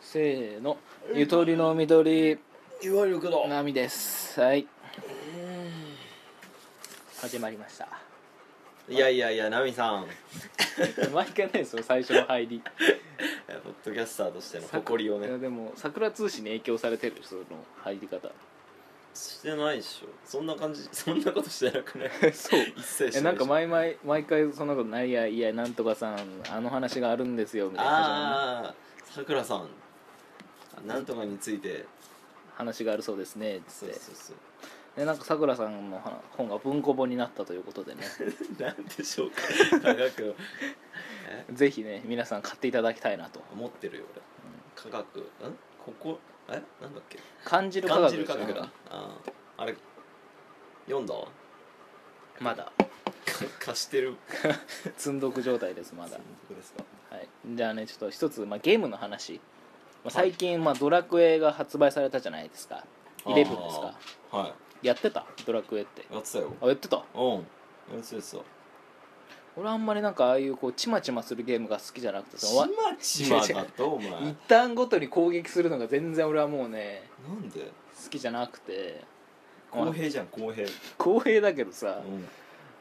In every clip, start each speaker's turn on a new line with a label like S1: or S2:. S1: せーのゆとりの緑
S2: いわゆるくの
S1: なみですはい始まりました
S2: いやいやいやナミさん
S1: 毎回ねその最初の入り
S2: えポッドキャスターとしての
S1: さ
S2: 誇りを
S1: いや
S2: ね
S1: でも桜通信に影響されてるその入り方
S2: してないでしょそんな感じ そんなことしてな くない
S1: そう
S2: 一切して
S1: えない
S2: な
S1: ん
S2: でし
S1: か
S2: ょ
S1: 毎毎毎回そんなことないやいやなんとかさんあの話があるんですよみたいな
S2: ああさくらさんなんとかについて
S1: 話があるそうですねっつ
S2: そ
S1: っ
S2: う
S1: て
S2: そうそう
S1: でなんかさくらさんのは本が文庫本になったということ でね
S2: なんでしょう か科学をえ
S1: ぜひね皆さん買っていただきたいなと
S2: 持ってるよ俺科学んここえなんだっけ
S1: 感じる科
S2: 感
S1: 学
S2: じる科学
S1: です
S2: だ
S1: ね
S2: あーあれ読んだ
S1: まだ
S2: か 貸してる
S1: 積んどく状態ですま
S2: ま
S1: だ
S2: ですか
S1: はい、じゃあねちょっと一つ、まあ、ゲームの話、まあ、最近、まあ、ドラクエが発売されたじゃないですか11ですか
S2: あーは
S1: やってたドラクエって
S2: いやってたよ
S1: あやってた
S2: うんやってたやってた
S1: 俺あんまりなんかああいうこうちまちまするゲームが好きじゃなくてそのわ
S2: ちまちまだとお前な
S1: 一旦ごとに攻撃するのが全然俺はもうね
S2: んで
S1: 好きじゃなく てまあ
S2: 公平じゃん公平
S1: 公平だけどさ
S2: う、んうん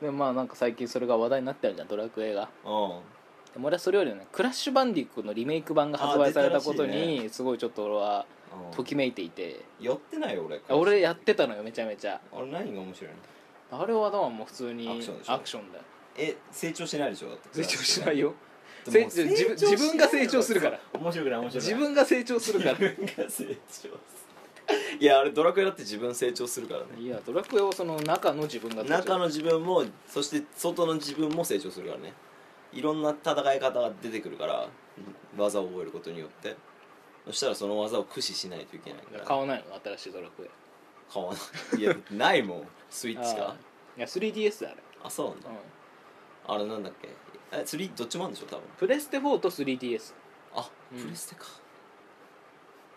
S1: でもまあなんか最近それが話題になってるじゃんドラクエがでも俺はそれよりねクラッシュバンディックのリメイク版が発売されたこと
S2: あ出たらしい
S1: にすごいちょっと俺はときめいていて
S2: やってないよ俺
S1: あ俺やってたのよめちゃめちゃ
S2: あれ何が面白いの
S1: あれはだからもう普通に
S2: アクションでしょ
S1: アクションだよ
S2: え成長しないでしょだって
S1: 成長しないよ
S2: だってもう
S1: 成長自分
S2: しない
S1: 自分が成長するから
S2: 面白くない面白くない
S1: 自分が成長するから
S2: 自分が成長する いやあれドラクエだって自分成長するからね
S1: いやドラクエをその中の自分が
S2: 中の自分もそして外の自分も成長するからねいろんな戦い方が出てくるから技を覚えることによってそしたらその技を駆使しないといけないから
S1: 買わないの新しいドラクエ
S2: 買わないいやないもんスイッチ
S1: あ
S2: か
S1: ーいや 3DS だあれ、
S2: あそうなんだ
S1: うん、
S2: あれなんだっけえ釣りどっちもあるんでしょ多分
S1: プレステ4と 3DS
S2: あ
S1: うん
S2: プレステか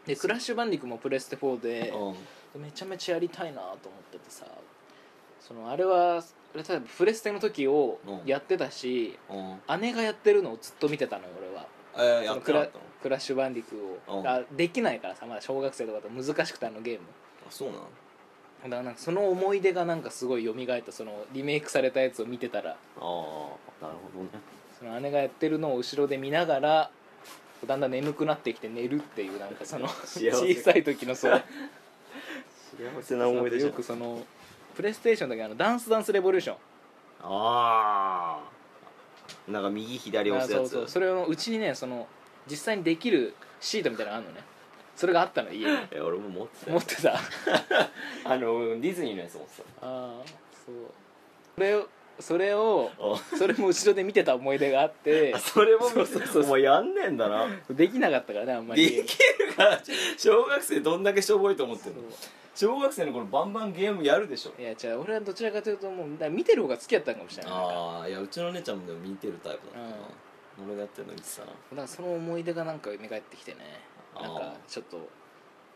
S1: でクラッシュバンディックもプレステ4で
S2: うん
S1: めちゃめちゃやりたいなと思っててさそのあれは俺例えばプレステの時を
S2: うん
S1: やってたし、
S2: うん
S1: 姉がやってるのをずっと見てたのよ俺は
S2: えーや
S1: そ
S2: っ
S1: の
S2: て
S1: ク
S2: なか
S1: ラ
S2: ったの
S1: クラッシュバンディックを、
S2: うん
S1: あできないからさまだ小学生とかだと難しくてあのゲーム
S2: あそうなの
S1: だからなんかその思い出がなんかすごい蘇ったそのリメイクされたやつを見てたら
S2: ああなるほどね
S1: その姉がやってるのを後ろで見ながらだんだん眠くなってきて寝るっていうなんかその
S2: 幸せ
S1: 小さい時のそう
S2: 幸せな思い出じゃ
S1: よ
S2: ん
S1: くそのプレイステーションの時あのダンスダンスレボリューション
S2: ああなんか右左押すや
S1: あ
S2: つ
S1: そうそうそれのうちにねその実際にできるシートみたいなのがあるのねそれがあったの家に
S2: え俺も持ってた
S1: 持ってた
S2: あのディズニーのやつ持って
S1: ああそうそれをそれを
S2: た
S1: それも後ろで見てた思い出があって
S2: あそれも
S1: そうそうそう
S2: お前やんねえんだな
S1: できなかったからねあんま
S2: で
S1: り
S2: きるから小学生どんだけしょぼいと思って
S1: そ
S2: んの
S1: う
S2: 小学生の頃バンバンゲームやるでしょ
S1: いや違う俺はどちらかというともうだから見てる方が好きやったのかもしれないなんか
S2: ああいやうちの姉ちゃんもでも見てるタイプだったな俺がやってるの見てたな
S1: なんかその思い出がなんか蘇ってきてね
S2: あー
S1: なんかちょっと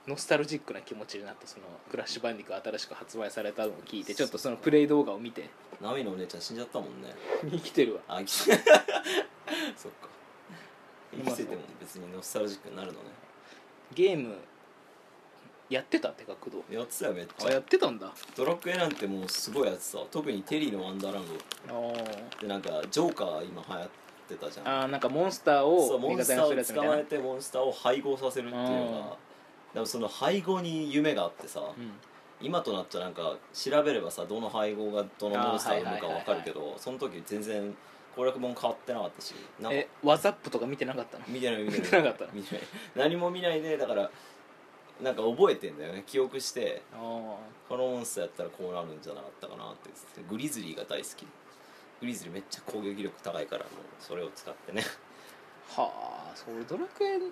S1: ノスタルジックな気持ちになってそのクラッシュバンディックが新しく発売されたのを聞いてちょっとそのプレイ動画を見て
S2: ナミのお姉ちゃん死んじゃったもんね
S1: 生きてるわ
S2: あ きそっか生きてても別にノスタルジックになるのね
S1: ゲームやってたってか工藤
S2: やってたよめっち
S1: あや
S2: ゃ
S1: ってたんだ
S2: ドラクエなんてもうすごいやつさ特にテリーのワンダーランド
S1: あー
S2: でなんかジョーカー今流行ってたじゃん
S1: あーなんかモンスター
S2: そう
S1: を
S2: モ
S1: 味
S2: ンス
S1: 方
S2: タ
S1: にするやつみたい
S2: ーを捕ま
S1: な
S2: えてモンスターを配合させるっていう
S1: うん
S2: のがでもその配合に夢があってさ、
S1: うん
S2: 今となっちゃなんか調べればさどの配合がどのモンスターを生むか分かるけどその時全然攻略本変わってなかったしなんか
S1: えワザップとか見てなかったの
S2: 見てない見てない
S1: 見てなかったの
S2: 見てない何も見ないでだからなんか覚えてんだよね記憶して
S1: あ
S2: このモンスターやったらこうなるんじゃなかったかなって言ってグリズリーが大好きグリズリーめっちゃ攻撃力高いからもうそれを使ってね
S1: あはあそうドラクエね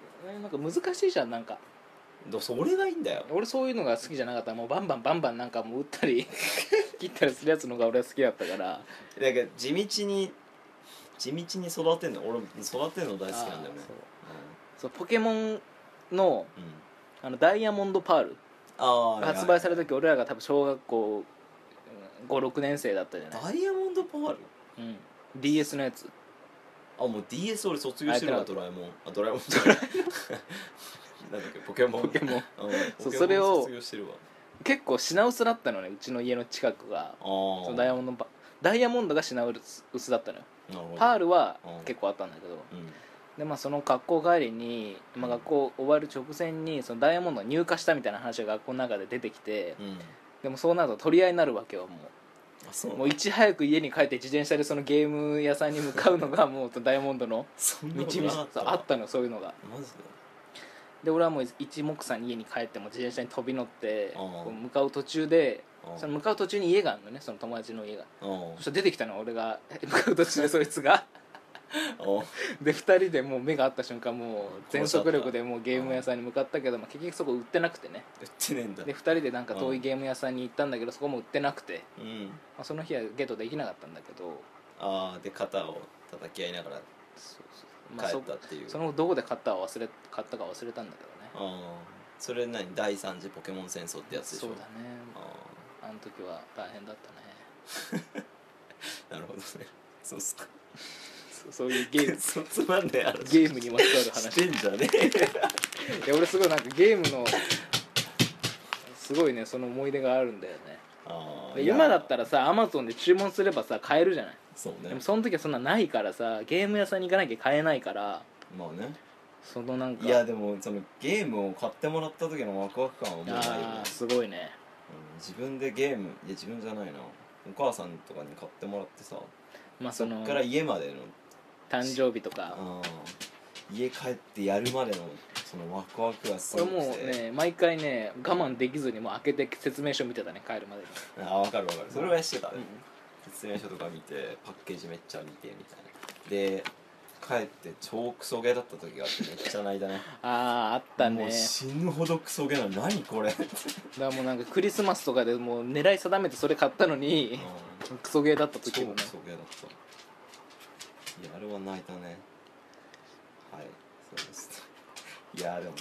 S1: なんか難しいじゃんなんか
S2: どそれがいいんだよ
S1: 俺そういうのが好きじゃなかったらもうバンバンバンバンなんかもう打ったり 切ったりするやつのが俺は好きだったから
S2: なんか地道に地道に育てんの俺育てんの大好きなんだよね
S1: あーそうそうポケモンの
S2: うん、うん
S1: あのダイヤモンドパール
S2: ああ
S1: 発売され
S2: た
S1: た時俺らが多分小学校56年生だったじゃない、
S2: ダイヤモンドパール
S1: うん、DS のやつ
S2: あもう DS 俺卒業してる
S1: あ
S2: わ
S1: やって
S2: ドラえもんあドラえもんケモン
S1: ポケモン
S2: うん
S1: そう
S2: ポケモン
S1: それを
S2: 卒業してるわ
S1: 結構品薄だったのねうちの家の近くが
S2: あ
S1: そ
S2: ー
S1: のダイヤモンドばダイヤモンドが品薄だったのよ
S2: なるほど
S1: パールは
S2: うん
S1: 結構あったんだけど
S2: うん
S1: でまあその学校帰りに、まあ、学校終わる直前にそのダイヤモンドが入荷したみたいな話が学校の中で出てきて
S2: うん
S1: でもそうなると取り合いになるわけよも
S2: あそうう
S1: もういち早く家に帰って自転車でそのゲーム屋さんに向かうの がもうダイヤモンドの
S2: そん
S1: 道
S2: な
S1: に
S2: ことなかったわ
S1: あったのそういうのが
S2: マジで
S1: で俺はもう一目散に家に帰っても自転車に飛び乗って
S2: うん
S1: こう向かう途中で
S2: うん
S1: その向かう途中に家があるのねその友達の家が
S2: うん
S1: そしたら出てきたの俺が向かう途中でそいつが
S2: うん
S1: で2人でもう目が合った瞬間もう全速力でもうゲーム屋さんに向かったけど、まあ、結局そこ売ってなくてね
S2: 売ってねえんだ
S1: で2人でなんか遠いゲーム屋さんに行ったんだけどそこも売ってなくて、
S2: うん
S1: まあ、その日はゲットできなかったんだけど
S2: ああで肩を叩き合いながら
S1: そうそう、まあ、
S2: 帰
S1: そ
S2: ったっていう
S1: その後どこで買ったか忘れ買ったか忘れたんだけどね
S2: ああそれ何第3次ポケモン戦争ってやつでしょ
S1: そうだね
S2: あ
S1: あの時は大変だったね
S2: あなるほどね そうっすか
S1: そう そういうゲーム
S2: そうつまんねえ話
S1: ゲームにまつわる話
S2: してんじゃね え
S1: いや俺すごいなんかゲームのすごいねその思い出があるんだよね
S2: あ
S1: で今だ
S2: た
S1: ったらさアマゾンで注文すればさ買えるじゃない
S2: そう
S1: で
S2: ね
S1: もその時はそんなないからさゲーム屋さんに行かなきゃ買えないから
S2: まあね
S1: そのなんか
S2: いやでもそのゲームを買ってもらった時のワクワク感はもうないよね
S1: あー、すごいね
S2: うん自分でゲームいや自分じゃないなお母さんとかに買ってもらってさ
S1: まあそ
S2: そ
S1: の
S2: っから
S1: 誕
S2: 家までの
S1: 生日とか
S2: あー家帰ってやるまでのそのワクワクがす
S1: これ
S2: ごく
S1: も
S2: て
S1: うね毎回ね我慢できずにもう開けて説明書見てたね帰るまでに、
S2: あーわかるわかるそれはしてたね、
S1: うん
S2: 説明書とか見てパッケージめっちゃ見てみたいなで帰って超クソゲーだった時があってめっちゃ泣いたね
S1: あああった
S2: も
S1: ね
S2: う死ぬほどクソゲーなの 何これ
S1: だからもうなんかクリスマスとかでもう狙い定めてそれ買ったのに
S2: う
S1: クソゲーだった
S2: 超ク
S1: 時もね
S2: ソゲーだったいやあれは泣いたねはいそうですいやでも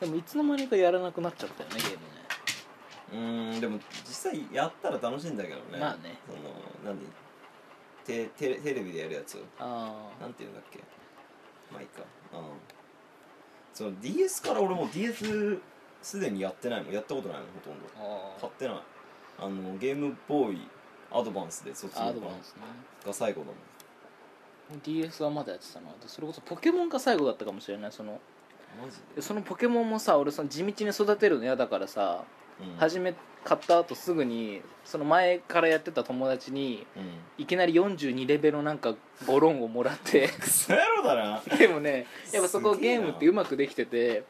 S1: でもいつの間にかやらなくなっちゃったよねゲームね
S2: うーんでも実際やったら楽しいんだけどね
S1: まあね
S2: その何テテテレビでやるやつ
S1: あ
S2: なんていうんだっけまあいいかうんその DS から俺もう DS すでにやってないもんやったことないもんほとんど
S1: ーあ
S2: 買ってないあのゲームボーイアドバンスで卒業
S1: ーア
S2: 版
S1: ドバンスね
S2: が最後だもん
S1: DS はまだやってたなそれこそポケモンが最後だったかもしれないその
S2: マジ
S1: そのポケモンもさ俺その地道に育てるの嫌だからさ、
S2: で、うん、
S1: 初め買った後すぐにその前からやってた友達に
S2: うん
S1: いきなり42レベルのなんかゴロンをもらって
S2: クソ野郎だな
S1: でもねやっぱそこ
S2: すげえ
S1: ゲ
S2: な
S1: ームってうまくできてて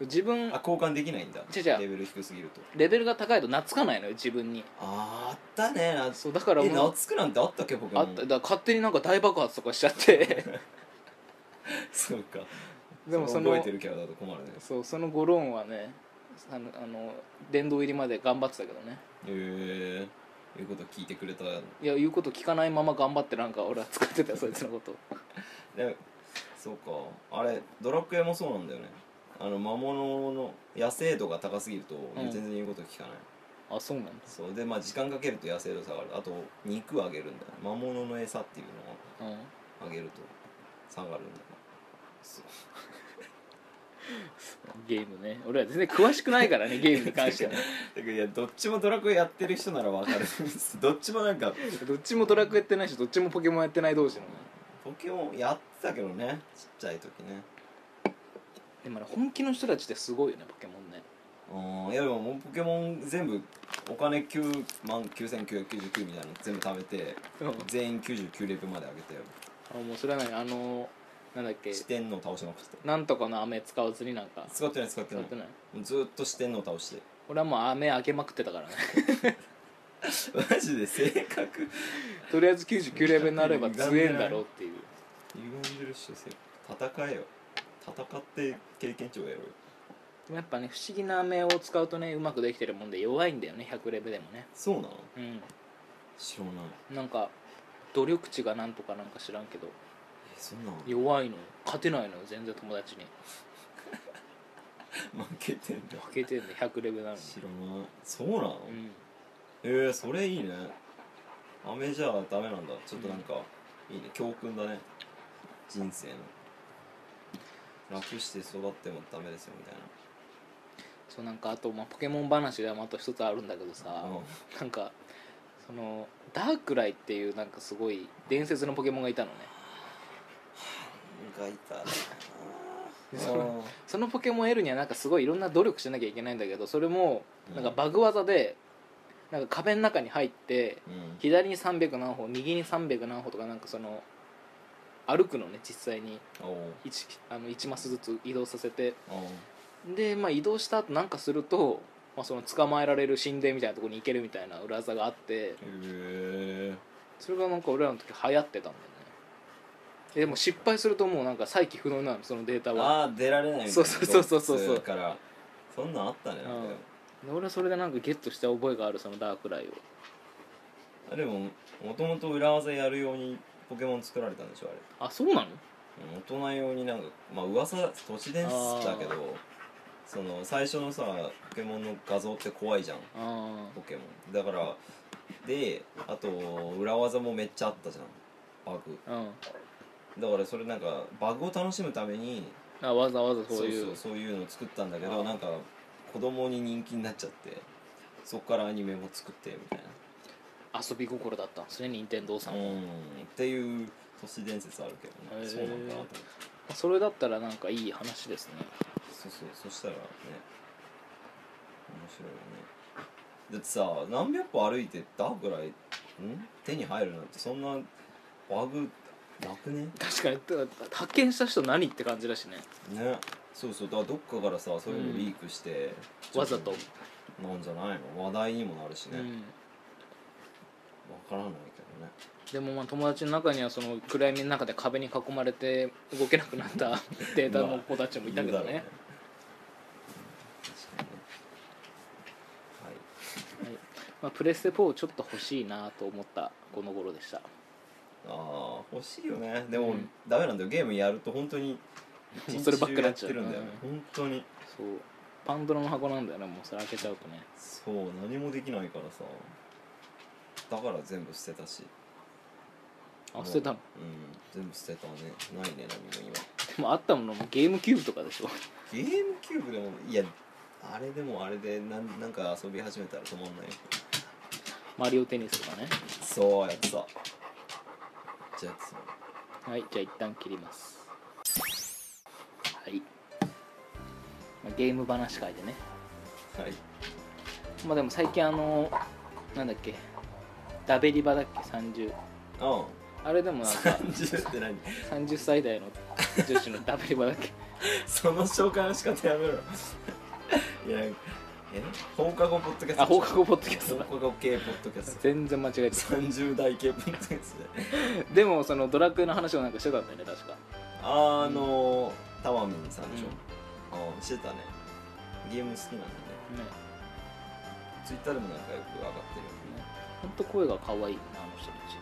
S2: うん
S1: 自分
S2: あ交換できないんだ
S1: 違う違う
S2: レベル低すぎると
S1: レベルが高いと懐かないのよ自分に
S2: あーあったねな
S1: そうだから
S2: え
S1: もう
S2: 懐くなんてあったっけ僕
S1: あっただから勝手になんか大爆発とかしちゃって
S2: そうか
S1: でもそ
S2: れ
S1: の
S2: 覚えてるキャラだと困るね
S1: そうそのゴロンはねあのあの殿堂入りまで頑張ってたけどね
S2: へえいうこと聞いてくれた
S1: いや言うこと聞かないまま頑張ってなんか俺は使ってたよそいつのこと
S2: でそうかあれドラクエもそうなんだよねあの魔物の野生度が高すぎると
S1: ん
S2: 全然言うこと聞かない、
S1: あそうなんだ
S2: そうでまあ時間かけると野生度下がるあと肉をあげるんだよ魔物の餌っていう
S1: うん
S2: のをあげると下がるんだよそう
S1: ゲームね俺は全然詳しくないから ねゲームに関しては
S2: だからいやどっちもドラクエやってる人ならわかる どっちもなんか
S1: どっちもドラクエやってないしどっちもポケモンやってない同士のね
S2: ポケモンやってたけどねちっちゃい時ね
S1: でもね本気の人たちってすごいよねポケモンね
S2: うんいやでももうポケモン全部お金9万9999みたいなの全部貯めて全員99レベルまで上げて
S1: あもうそれはないあのなんだっけ
S2: 四天王倒しまくってた
S1: なんとかの飴使わずになんか
S2: 使ってない使って
S1: 使
S2: ない
S1: ってない
S2: ずーっと四天王倒して
S1: 俺はもう飴開けまくってたからね
S2: マジで性格
S1: とりあえず99レベルになれば強えんだろうっていう
S2: 歪んでるっしょ性格戦えよ戦って経験値を得ろよ
S1: でもやっぱね不思議な飴を使うとねうまくできてるもんで弱いんだよね100レベルでもね
S2: そうなの
S1: う
S2: 知らない
S1: んなんか努力値がなんとかなんか知らんけど
S2: えそんなの
S1: 弱いのよ勝てないのよ全然友達に
S2: 負けてんだ
S1: 負けてんの100レベルなのに
S2: 知らないそうなの、
S1: うん
S2: えー、それいいねアメじゃダメなんだちょっとなんか、いいね教訓だね人生の楽して育ってもダメですよみたいな
S1: そうなんかあと、まあ、ポケモン話がまた一つあるんだけどさ、
S2: うん
S1: なんかそのダークライっていうなんかすごい伝説のポケモンがいたのね
S2: がいたね
S1: そうそのポケモンを得るにはなんかすごいいろんな努力しなきゃいけないんだけどそれも
S2: うん
S1: なんかバグ技でなんか壁の中に入って
S2: うん
S1: 左に300何歩右に300何歩とかなんかその歩くのね実際に
S2: おう
S1: 1, あの1マスずつ移動させて
S2: おう
S1: で、まあ、移動した後なんかすると、まあ、その捕まえられる神殿みたいなところに行けるみたいな裏技があって
S2: へえ
S1: それがなんか俺らの時流行ってたんだよねえでも失敗するともうなんか再起不能なのそのデータは
S2: ああ出られないみたいな
S1: そうそうそうそうそう
S2: 洞窟からそんなんあったね
S1: うんで俺はそれでなんかゲットした覚えがあるそのダークライを
S2: あでももともと裏技やるようにポケモン作られたんでしょあれ
S1: あそうなの
S2: 大人用になんかまあ噂都市伝説だけ
S1: あ
S2: どその最初のさポケモンの画像って怖いじゃん
S1: あ
S2: ポケモンだからであと裏技もめっちゃあったじゃんバグ
S1: あうん
S2: だからそれなんかバグを楽しむために
S1: あわざわざ
S2: そ
S1: そうういう
S2: そうそういうの作ったんだけ
S1: あ
S2: ど
S1: ー
S2: なんか子供に人気になっちゃってそこからアニメも作ってみたい
S1: 遊び心だったんですね任天堂さ
S2: なん
S1: は、
S2: うんっていう都市伝説あるけど
S1: へ
S2: ね
S1: ー
S2: そうなんだなと思って
S1: それだったらなんかいい話ですね
S2: そうそうそしたらね面白いよねだってさ何百歩歩いてダークライん手に入るなんてそんなバグなくね
S1: 確かにだから発見した人何って感じだしね
S2: ねそうそうだからどっかからさそういうのリークして、
S1: わざと、
S2: なんじゃないの話題にもなるし
S1: う
S2: ね、
S1: ん
S2: わからないけどね
S1: でもまあ友達の中にはその暗闇の中で壁に囲まれて動けなくなった データの子たちもいたけど
S2: るだろう
S1: ね,、
S2: 確かにねはい
S1: はいまあ、プレステ4ちょっと欲しいなと思ったこの頃でした
S2: ああ欲しいよねでも、
S1: うん
S2: ダメなんだよゲームやると本当に一
S1: もう
S2: 日
S1: そればっかり
S2: 中
S1: や
S2: や
S1: っ
S2: っ
S1: ちゃ
S2: て
S1: う
S2: るんだよね、本当に
S1: そうパンドラの箱なんだよねもうそれ開けちゃうとね
S2: そう何もできないからさだから全部捨てたしも
S1: あ
S2: う
S1: 捨てたの
S2: うん全部捨てたねないね何も今
S1: でもあったものもゲームキューブとかでしょ
S2: ゲームキューブでもいやあれでもあれでなんなんか遊び始めたら止まんないよ
S1: マリオテニスとかね
S2: そうやってたじゃあそう
S1: はいじゃあ一旦切りますはい、まあ、ゲーム話会でね
S2: はい
S1: まあでも最近あのなんだっけダベリバだっけ30
S2: うん
S1: あれでもなんか
S2: 30って何
S1: 30歳代の女子のダブリバだっけ
S2: その紹介の仕方やめろ いやえ放課後ポッドキャスト
S1: あ放課後ポッドキャストだ
S2: 放課後系ポッドキャスト
S1: 全然間違えてた
S2: 30代系ポッドキャストで
S1: でもそのドラクエの話をなんかしてたんだよね確か
S2: あーのタワミンさんでしょ
S1: うん、
S2: ああしてたねゲーム好きなんだね
S1: ね
S2: ツイッターでもなんかよく上がってるよね
S1: ねほんと声が可愛いなあの人たち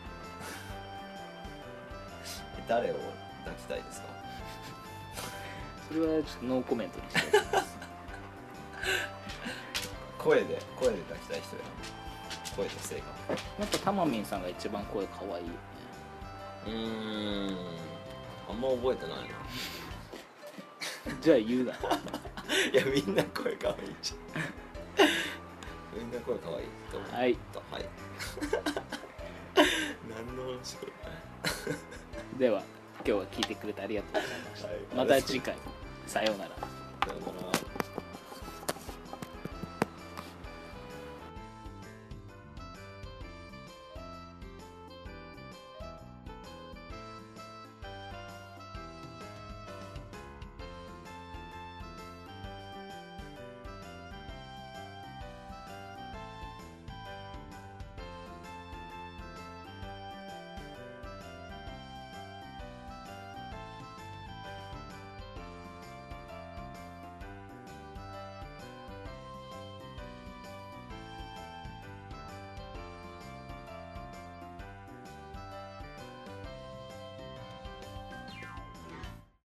S2: え誰を抱きたいですか
S1: それはちょっとノーコメントにして
S2: 声で声で抱きたい人や声と性格
S1: やっぱタマミンさんが一番声可愛いよね
S2: うーんあんま覚えてないな
S1: じゃあ言うな
S2: いやみんな声かわいいじゃんみんな声かわいいと思った
S1: はい
S2: はい 何の話こ
S1: では今日は聞いてくれてありがとうございまし
S2: れ
S1: たまた次回さようなら
S2: さようなら